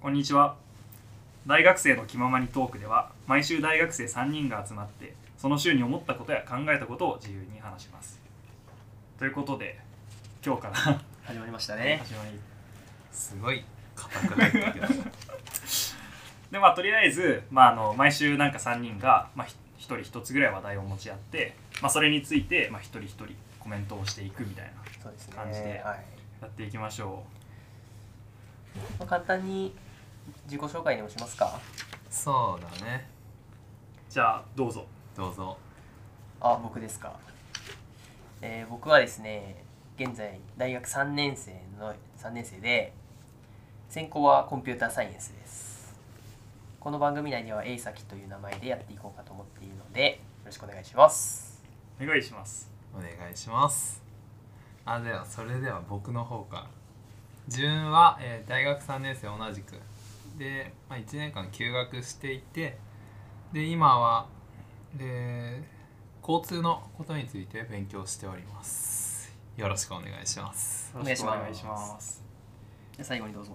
こんにちは大学生の気ままにトークでは毎週大学生3人が集まってその週に思ったことや考えたことを自由に話しますということで今日から始まりましたね。始まりすごい硬くなったけどでまあとりあえず、まあ、あの毎週なんか3人が、まあ、ひ一人一つぐらい話題を持ち合って、まあ、それについて、まあ、一人一人コメントをしていくみたいなそうですね。感じではい。やっていきましょまあ、簡単に自己紹介でもしますか。 そうだねうじゃあどうぞどうぞあ、僕ですか。えー、僕はですね、現在大学3年生の3年生で、専攻はコンピューターサイエンスです。この番組内では A 先という名前でやっていこうかと思っているので、よろしくお願いします。お願いしますお願いしますあではそれでは僕の方から自分は、えー大学3年生同じくで、まあ、1年間休学していてで今は、えー交通のことについて勉強しておりますよろしくお願いしますよおろ願いししくおます願いしますじゃあ最後にどうぞ。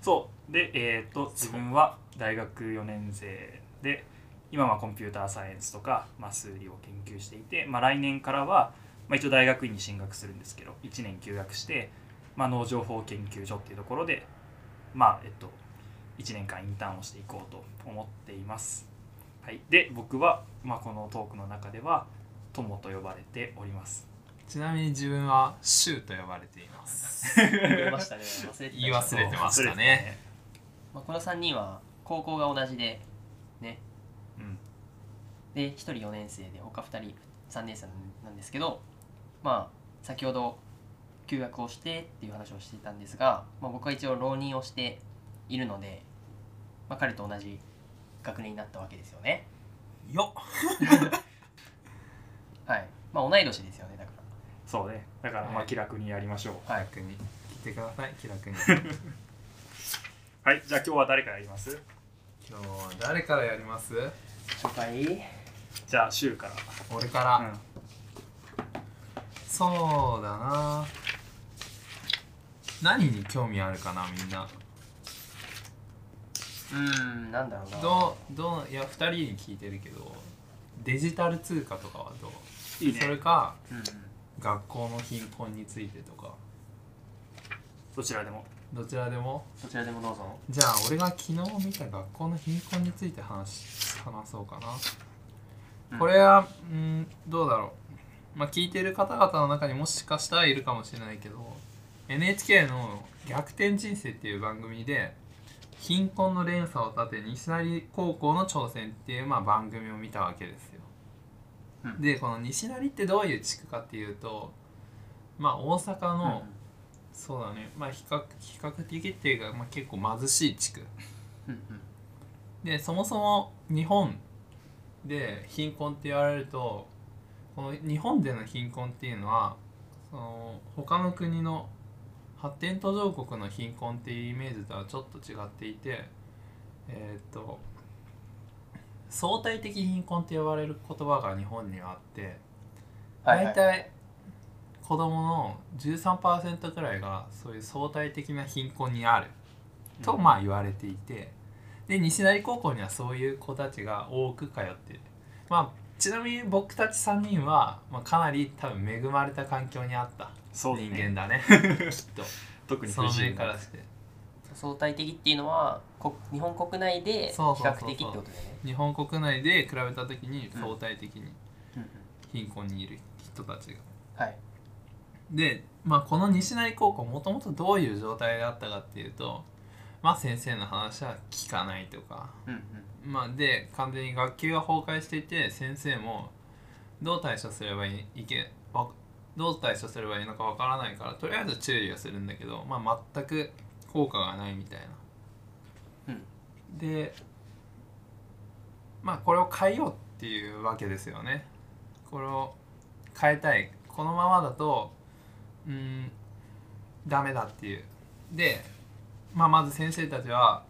そうでえっと自分は大学4年生で今はコンピューターサイエンスとか、まあ、数理を研究していて、まあ、来年からは、まあ、一応大学院に進学するんですけど1年休学して、まあ、農情報研究所っていうところでまあえっと1年間インターンをしていこうと思っています、はい、で僕は、まあ、このトークの中では友と呼ばれておりますちなみに自分はシューと呼ばれています 言いましたね。忘れてた言い忘れてましそたねうですねまあ、この3人は高校が同じで、ね、うんで1人4年生で他2人3年生なんですけどまあ先ほど休学をしてっていう話をしていたんですが、まあ、僕は一応浪人をしているので、まあ、彼と同じ学年になったわけですよねよはいまあ同い年ですよねだかそうねだからまあ気楽にやりましょうらっはい楽に来てください気楽にはいじゃあ今日は誰からやります 今日は誰からやります紹介じゃあ週か俺から、ら、うん、そうだな何に興味あるかなみんなうーんなんだろうなどうどういや2人に聞いてるけどデジタル通貨とかはどういいねそれかうんうん学校の貧困についてとかどちらでもどちらでもどちらでもどうぞじゃあ俺が昨日見た学校の貧困について話し話そうかうんなこれはうんどうだろうまあ聞いてる方々の中にもしかしたらいるかもしれないけど NHK の「逆転人生」っていう番組で貧困の連鎖を立て西成高校の挑戦っていうまあ番組を見たわけですようんでこの西成ってどういう地区かっていうとまあ大阪の、そうだねまあ比較比較的っていうか、まあ、結構貧しい地区うんうんでそもそも日本で貧困って言われるとこの日本での貧困っていうのはその他の国の発展途上国の貧困っていうイメージとはちょっと違っていてえーっと相対的貧困って呼ばれる言葉が日本にはあってはいは大い体子供の13%くらいがそういう相対的な貧困にあるとまあ言われていてで西成高校にはそういう子たちが多く通ってる、まあ、ちなみに僕たち3人は、まあ、かなり多分恵まれた環境にあったそうです人ね間だねきっと 特にその藤井面かかららして相対的っていうのはこ日本国内で比そうそうそう較そう的ってことだよね日本国内で比べた時に相対的にうんうん貧困にいる人たちがはいで、まあ、この西成高校もともとどういう状態だったかっていうと、まあ、先生の話は聞かないとか、うんうんまあ、で完全に学級が崩壊していて先生もどう対処すればいいいけわどう対処すればいいのかわからないからとりあえず注意はするんだけど、まあ、全く効果がないみたいな。うんでまあこれを変えようっていうわけですよね。これを変えたいこのままだとうーんダメだっていう。で、まあ、まず先生たちは、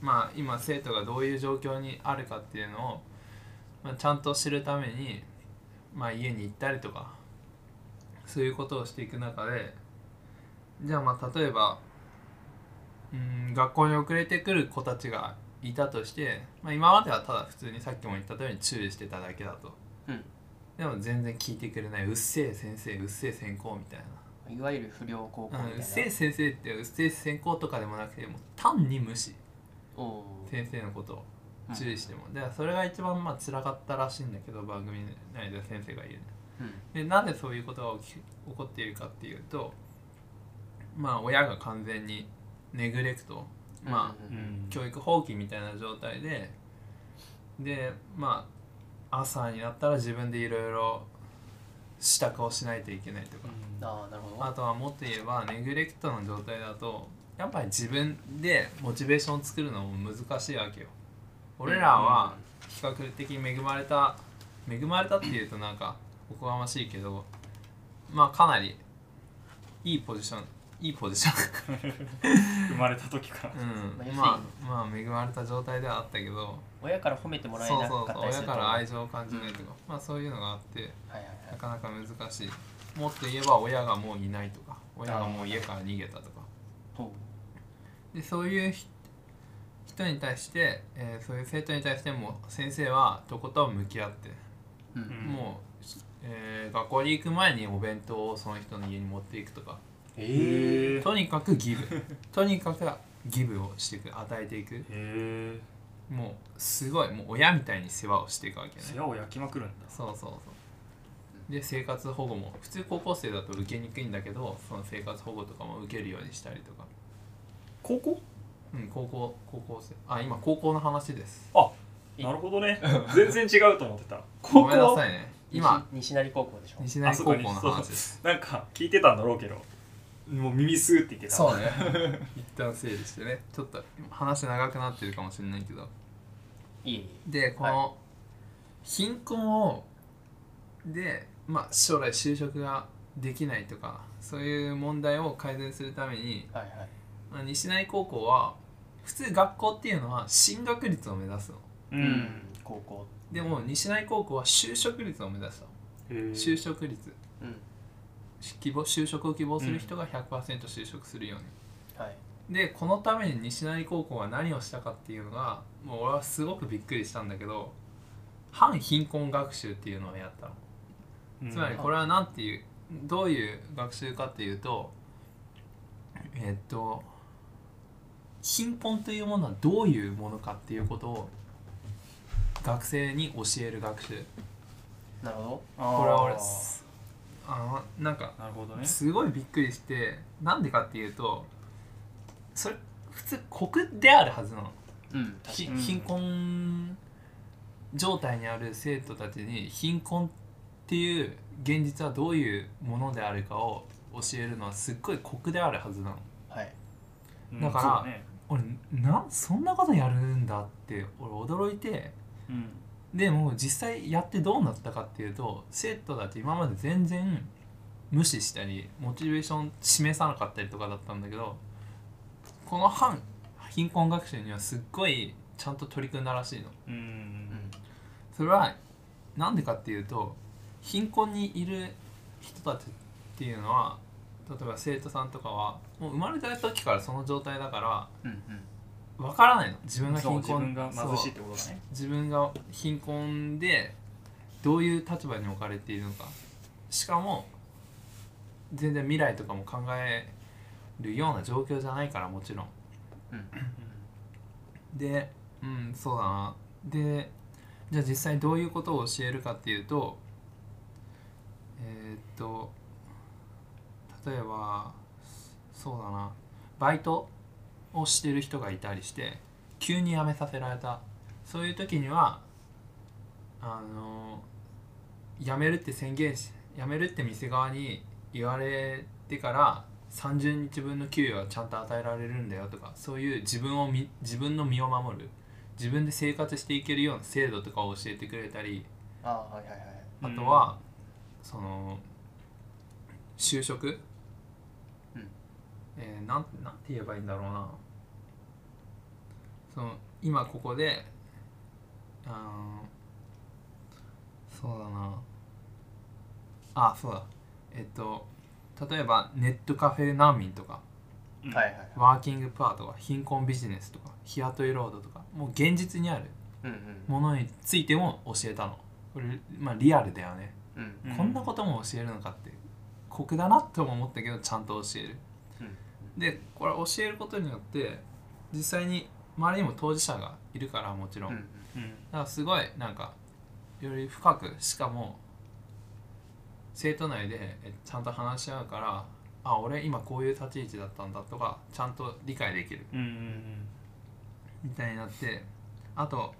まあ、今生徒がどういう状況にあるかっていうのを、まあ、ちゃんと知るために、まあ、家に行ったりとかそういうことをしていく中でじゃあまあ例えばうーんうん、学校に遅れてくる子たちがいたとして、まあ、今まではただ普通にさっきも言った通り注意してただけだとうんでも全然聞いてくれないうっせえ先生うっせえ先行みたいいわゆる不良高校みな、たういん、うなっせえ先生ってうっせえ先行とかでもなくてもう単に無視おおー先生のことを注意しても、でそれが一番まあ辛かったらしいんだけど番組内で先生が言うねうんでなぜそういうことが起き起こっているかっていうとまあ親が完全にネグレクトまあうんうん教育放棄みたいな状態ででまあ朝になったら自分でいろいろ支度をしないといけないとか、うんああなるほどあとはもっと言えばネグレクトの状態だとやっぱり自分でモチベーションを作るのも難しいわけよ俺らは比較的恵まれた恵まれたっていうとなんかおこがましいけどまあかなりいいポジションいいポジション 生まれた時からうん、まあまあまあ恵まれた状態ではあったけど親から褒めてもらえそうなそうかそっうたりす親るとから愛情を感じないとか、まあそういうのがあってはいはいはないかなか難しいもっと言えば親がもういないとか親がもう家から逃げたとかほうでそういうひ人に対して、えーそういう生徒に対しても先生はとことん向き合って、うんうんもう、えー学校に行く前にお弁当をその人の家に持っていくとかへえとにかく ギブとにかくギブをしていく与えていくへえもうすごいもう親みたいに世話をしていくわけね世話を焼きまくるんだそうそうそうで生活保護も普通高校生だと受けにくいんだけどその生活保護とかも受けるようにしたりとか高校うん高校高校生あ今高校の話ですなるほどね全然違うと思ってた ご高めんな校さいね今西西成高校でしょ西成高校の話ですなんか聞いてたんだろうけどもう耳すーって言ってたそうね 一旦整理してねちょっと話長くなってるかもしれないけどいえいでこの貧困をで、まあ、将来就職ができないとかそういう問題を改善するためにえはいはいまあ西成高校は普通学校っていうのは進学率を目指すのううん高校でも西成高校は就職率を目指すの就職率うん希望就職を希望する人が100%就職するように、はいでこのために西成高校は何をしたかっていうのがもう俺はすごくびっくりしたんだけど反貧困学習っていうのをやったのつまりこれは何ていうどういう学習かっていうとえっと貧困というものはどういうものかっていうことを学生に教える学習なるほどこれこれは俺すあのなんかなるほどねすごいびっくりしてなんでかっていうとそれ普通国であるはずなのうん確かにひうん貧困状態にある生徒たちに貧困っていう現実はどういうものであるかを教えるのはすっごい酷であるはずなのはいうんだかそうらね俺なんそんなことやるんだって俺驚いてうんでも実際やってどうなったかっていうと生徒たち今まで全然無視したりモチベーション示さなかったりとかだったんだけどこの反貧困学習にはすっごいちゃんと取り組んだらしいの。ううんんそれはなんでかっていうと貧困にいる人たちっていうのは例えば生徒さんとかはもう生まれた時からその状態だかうんうんらわからないの自分がそう貧自分困がそう貧しいってことだね自分が貧困でどういう立場に置かれているのかしかも全然未来とかも考えるような状況じゃないからもちろんでうんそうだなでじゃあ実際どういうことを教えるかっていうとえーっと例えばそうだなバイトをしてる人がいたりして急に辞めさせられたそういう時にはあの辞めるって宣言し辞めるって店側に言われてから30日分の給与はちゃんと与えられるんだよとかそういう自分をみ自分の身を守る自分で生活していけるような制度とかを教えてくれたりああはいはいはいあとは、その就職、うんえーなんなんて言えばいいんだろうなその今ここであーそうだなあそうだえっと例えばネットカフェ難民とかうんはいはいワーキングプアとか貧困ビジネスとか日雇い労働とかもう現実にあるうんものについても教えたのこれ、まあ、リアルだよね、うんうんうんこんなことも教えるのかって酷だなとも思ったけどちゃんと教えるうんでこれ教えることによって実際に周りにも当事者がいるからもちろん、うんだうんからすごいなんかより深くしかも生徒内でえちゃんと話し合うからあ俺今こういう立ち位置だったんだとかちゃんと理解できるうんうんみたいになってあと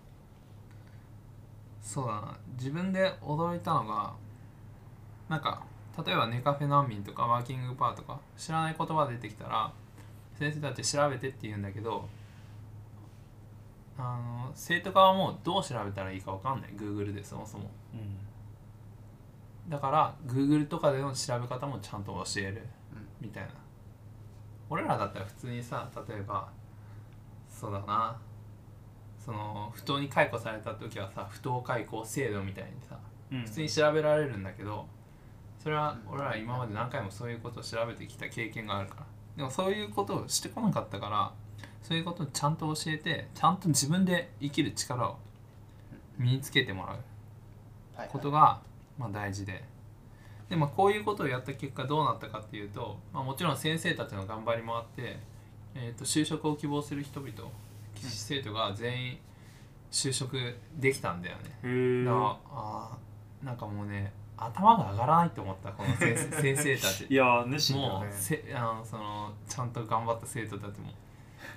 そうだな自分で驚いたのがなんか例えばネカフェ難民とかワーキングパーとか知らない言葉出てきたら先生たち調べてって言うんだけどあの生徒側もどう調べたらいいか分かんない Google でそもそもうんだから Google とかでの調べ方もちゃんと教えるうんみたいな俺らだったら普通にさ例えばそうだなその不当に解雇された時はさ不当解雇制度みたいにさうん普通に調べられるんだけどそれは俺ら今まで何回もそういうことを調べてきた経験があるからでもそういうことをしてこなかったからそういうことをちゃんと教えてちゃんと自分で生きる力を身につけてもらうはいはいことが、まあ、大事でで、まあ、こういうことをやった結果どうなったかっていうと、まあ、もちろん先生たちの頑張りもあって、えー、と就職を希望する人々生徒が全員就職できたんだよね。へーだからあーなんかもうね頭が上がらないと思ったこの先生先生たち いやー熱心だよもねうせあのそのちゃんと頑張った生徒たちも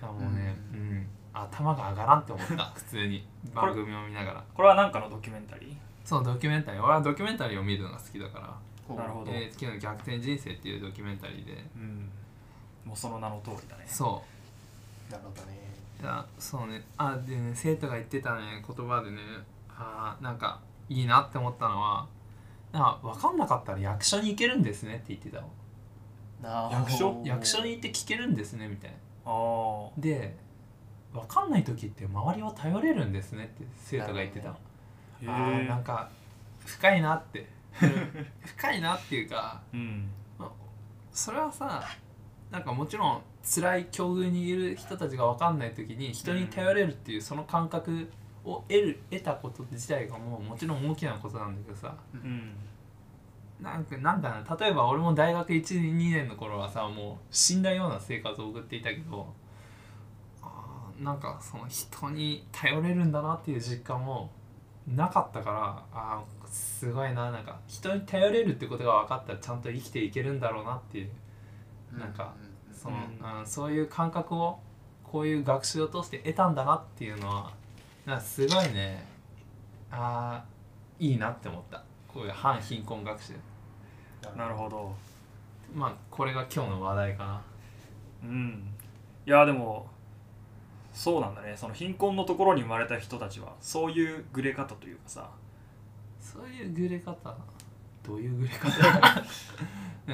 だからもうね、うん頭が上がらんって思った普通にれ番組を見ながらこれは何かのドキュメンタリそのドキュメンタリー俺はドキュメンタリーを見るのが好きだからーなるほど、 NHK の「逆転人生」っていうドキュメンタリーでうんもうその名の通りだねそなるほどねういやそうねあでね生徒が言ってたね言葉でねあーなんかいいなって思ったのはなんか分かんなかったら役所に行けるんですねって言ってたのなる役所ほど役所に行って聞けるんですねみたいなああで分かんない時って周りを頼れるんですねって生徒が言ってたのへあーなんか深いなって 深いなっていうかうんそれはさなんかもちろん辛い境遇にいる人たちが分かんない時に人に頼れるっていうその感覚を得る得たこと自体がもうもちろん大きなことなんだけどさうんなんかなんかな例えば俺も大学12年の頃はさもう死んだような生活を送っていたけどあーなんかその人に頼れるんだなっていう実感もなかったからあーすごいななんか人に頼れるってことが分かったらちゃんと生きていけるんだろうなっていううなんかうその、うんうんそういう感覚をこういう学習を通して得たんだなっていうのはなんかすごいねあーいいなって思ったこういう反貧困学習なるほどまあこれが今日の話題かなうんいやーでもそうなんだねその貧困のところに生まれた人たちはそういうグレ方というかさそういうグレ方どういうグレ 方なんか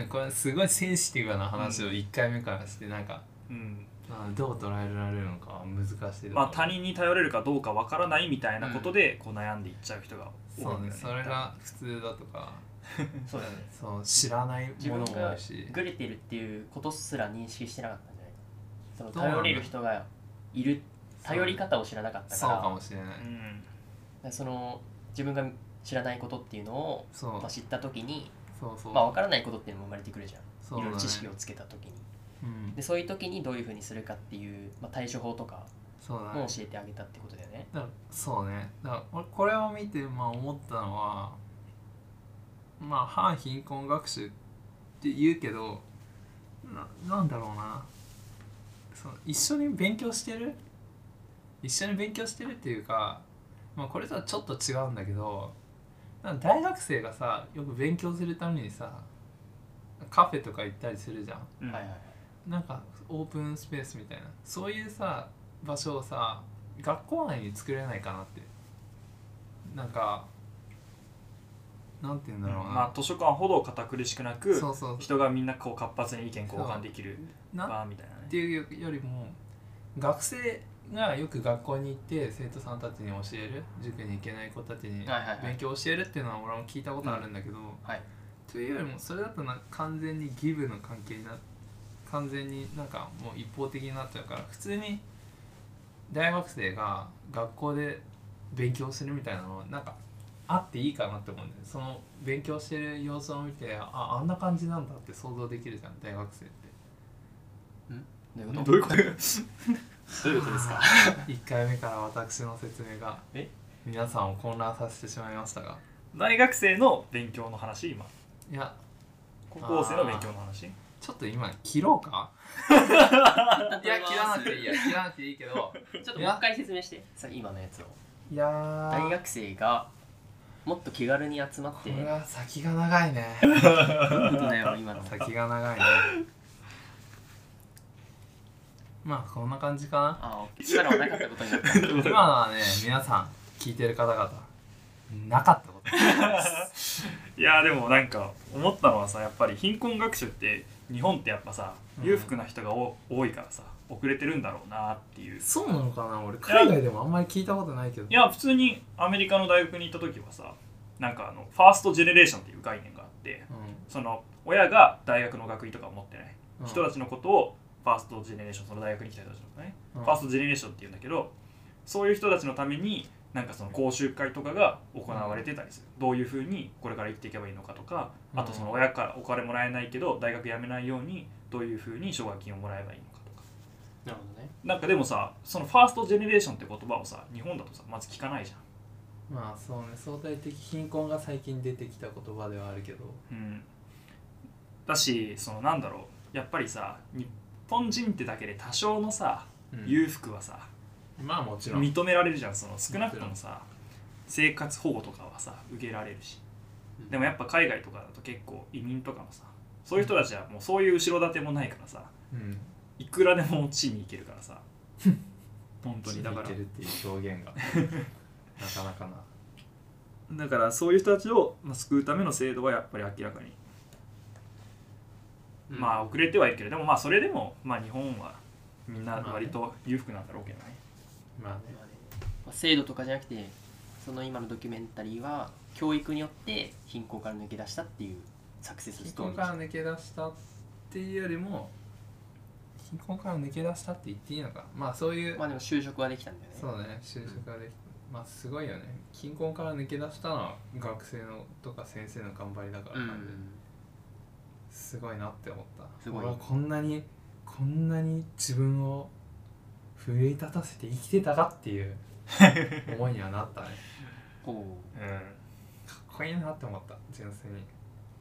これすごいセンシティブな話を1回目からしてなんか、うんあーどう捉えられるのかは難しいところまあ、他人に頼れるかどうかわからないみたいなことでこう悩んでいっちゃう人が多そいうんだよねねそれが普通だとかそうだねそう知らない自も分のも多がいしグレてるっていうことすら認識してなかったんじゃないそのそうなんだ頼れる人がいる頼り方を知らなかったかそうらかもしれない、うんでその自分が知らないことっていうのを、そうまあ、知った時に、そうそう、まあ、分からないことっていうのも生まれてくるじゃん、そういだろいねろ知識をつけた時にうんでそういう時にどういうふうにするかっていう、まあ、対処法とかそうだねも教えてあげたってことだよね、だからそうねだから俺これを見てまあ思ったのはまあ反貧困学習って言うけどななんだろうなその一緒に勉強してる一緒に勉強してるっていうか、まあ、これとはちょっと違うんだけどなんか大学生がさよく勉強するためにさカフェとか行ったりするじゃんうんはいはいはいなんかオープンスペースみたいなそういうさ場所をさ学校内に作れないかなってなんかなんて言うんだろうな、まあ、図書館ほど堅苦しくなくそうそう人がみんなこう活発に意見交換できるな場みたいなっねていうよりも学生がよく学校に行って生徒さんたちに教える塾に行けない子たちにはいはいはい勉強を教えるっていうのは俺も聞いたことあるんだけど、はいというよりもそれだとな完全にギブの関係にな完全になんかもう一方的になっちゃうから普通に大学生が学校で勉強するみたいなのなんかあっていいかなって思うんでその勉強してる様子を見てああんな感じなんだって想像できるじゃん大学生って。どういうことどういうことどういうことですか1回目から私の説明がえ皆さんを混乱させてしまいましたが大学生の勉強の話今いや高校生の勉強の話ちょっと今切ろうかいや切らなくていいや切らなくていいけどちょっともう一回説明してさ今のやつをいやー大学生がもっと気軽に集まっこてれは先が長いね本当だよ今の先が長いねまあこんな感じかなああ力はなかったことになった今のはね皆さん聞いてる方々なかったこといやーでもなんか思ったのはさやっぱり貧困学習って日本ってやっぱさうん裕福な人がお多いからさ遅れてるんだろうなっていうそうなのかな俺海外でもあんまり聞いたことないけどいや普通にアメリカの大学に行った時はさなんかあのファーストジェネレーションっていう概念があってうその親が大学の学位とかを持ってないん人たちのことをファーストジェネレーションその大学に来た人たちのことねうんファーストジェネレーションっていうんだけどそういう人たちのためになんかその講習会とかが行われてたりする、どういうふうにこれから生きていけばいいのかとかあとその親からお金もらえないけど大学辞めないようにどういうふうに奨学金をもらえばいいのかとかなるほどねなんかでもさそのファーストジェネレーションって言葉をさ日本だとさまず聞かないじまあそうね相対的貧困が最近出てきた言葉ではあるけどゃん、うん、だしそのなんだろうやっぱりさ日本人ってだけで多少のさ裕福はさ、まあもちろん認められるじゃんその少なくともさ生活保護とかはさ受けられるしうんでもやっぱ海外とかだと結構移民とかもさそういう人たちはもうそういう後ろ盾もないからさうんいくらでも地に行けるからさ本当にだだかかららるっていう表現がなかなかなだからそういう人たちをまあ救うための制度はやっぱり明らかに、まあ遅れてはいるけれどもまあそれでもまあ日本はみんな割と裕福なんだろうけどねまあねまあねまあ制度とかじゃなくてその今のドキュメンタリーは教育によって貧困から抜け出したっていうサクセス貧ストーリ困ーから抜け出したっていうよりも貧困から抜け出したって言っていいのかまあそういう、まあでも就職はできたんだよねそうね就職ができた、まあすごいよね貧困から抜け出したのは学生のとか先生の頑張りだからうなんんで、すごいなって思ったすごい俺はこんなにこんなに自分を奮い立たせて生きてたかっ ていう思いにはなったねこうかっこいいなって思った純粋に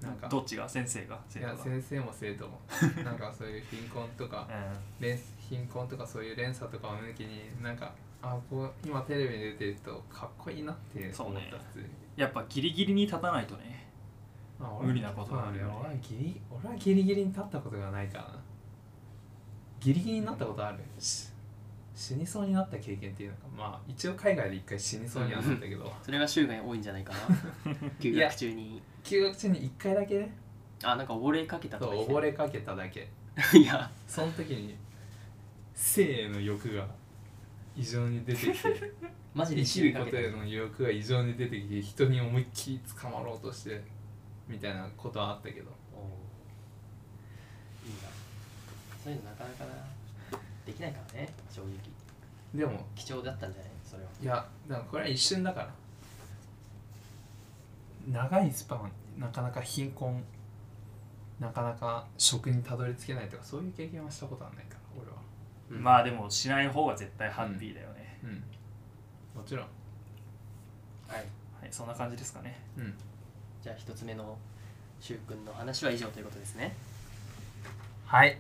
なんかどっちが先生がい生徒やが先生も生徒もなんかそういう貧困とか連貧困とかそういう連鎖とかを抜きになんかあこう今テレビに出てるとかっこいいなってそう思っねた普通にうん、やっぱギリギリに立たないとねまあ俺は無理なことまはああねるよね俺はギリ俺はギリギリに立ったことがないからなギリギリになったことある、し死にそうになった経験っていうのかまあ一応海外で一回死にそうにはなったけどうそれが州外多いんじゃないかな 休いや学中に休学中に一回だけねあなんか溺れかけたそとかう言溺ってれかけただけた いやその時に性への欲が異常に出てきてマジで生きる週こかけとたへの欲が異常に出てきて人に思いっきり捕まろうとしてみたいなことはあったけどおーいいなそういうのなかなかなできないからね正直でも貴重だったんじゃないそれはいやでもこれは一瞬だから長いスパンなかなか貧困なかなか職にたどり着けないとかそういう経験はしたことはないから俺はうんまあでもしない方が絶対ハッピーだよね、うんもちろんはいはいそんな感じですかねうんじゃあ一つ目のく君の話は以上ということですねはい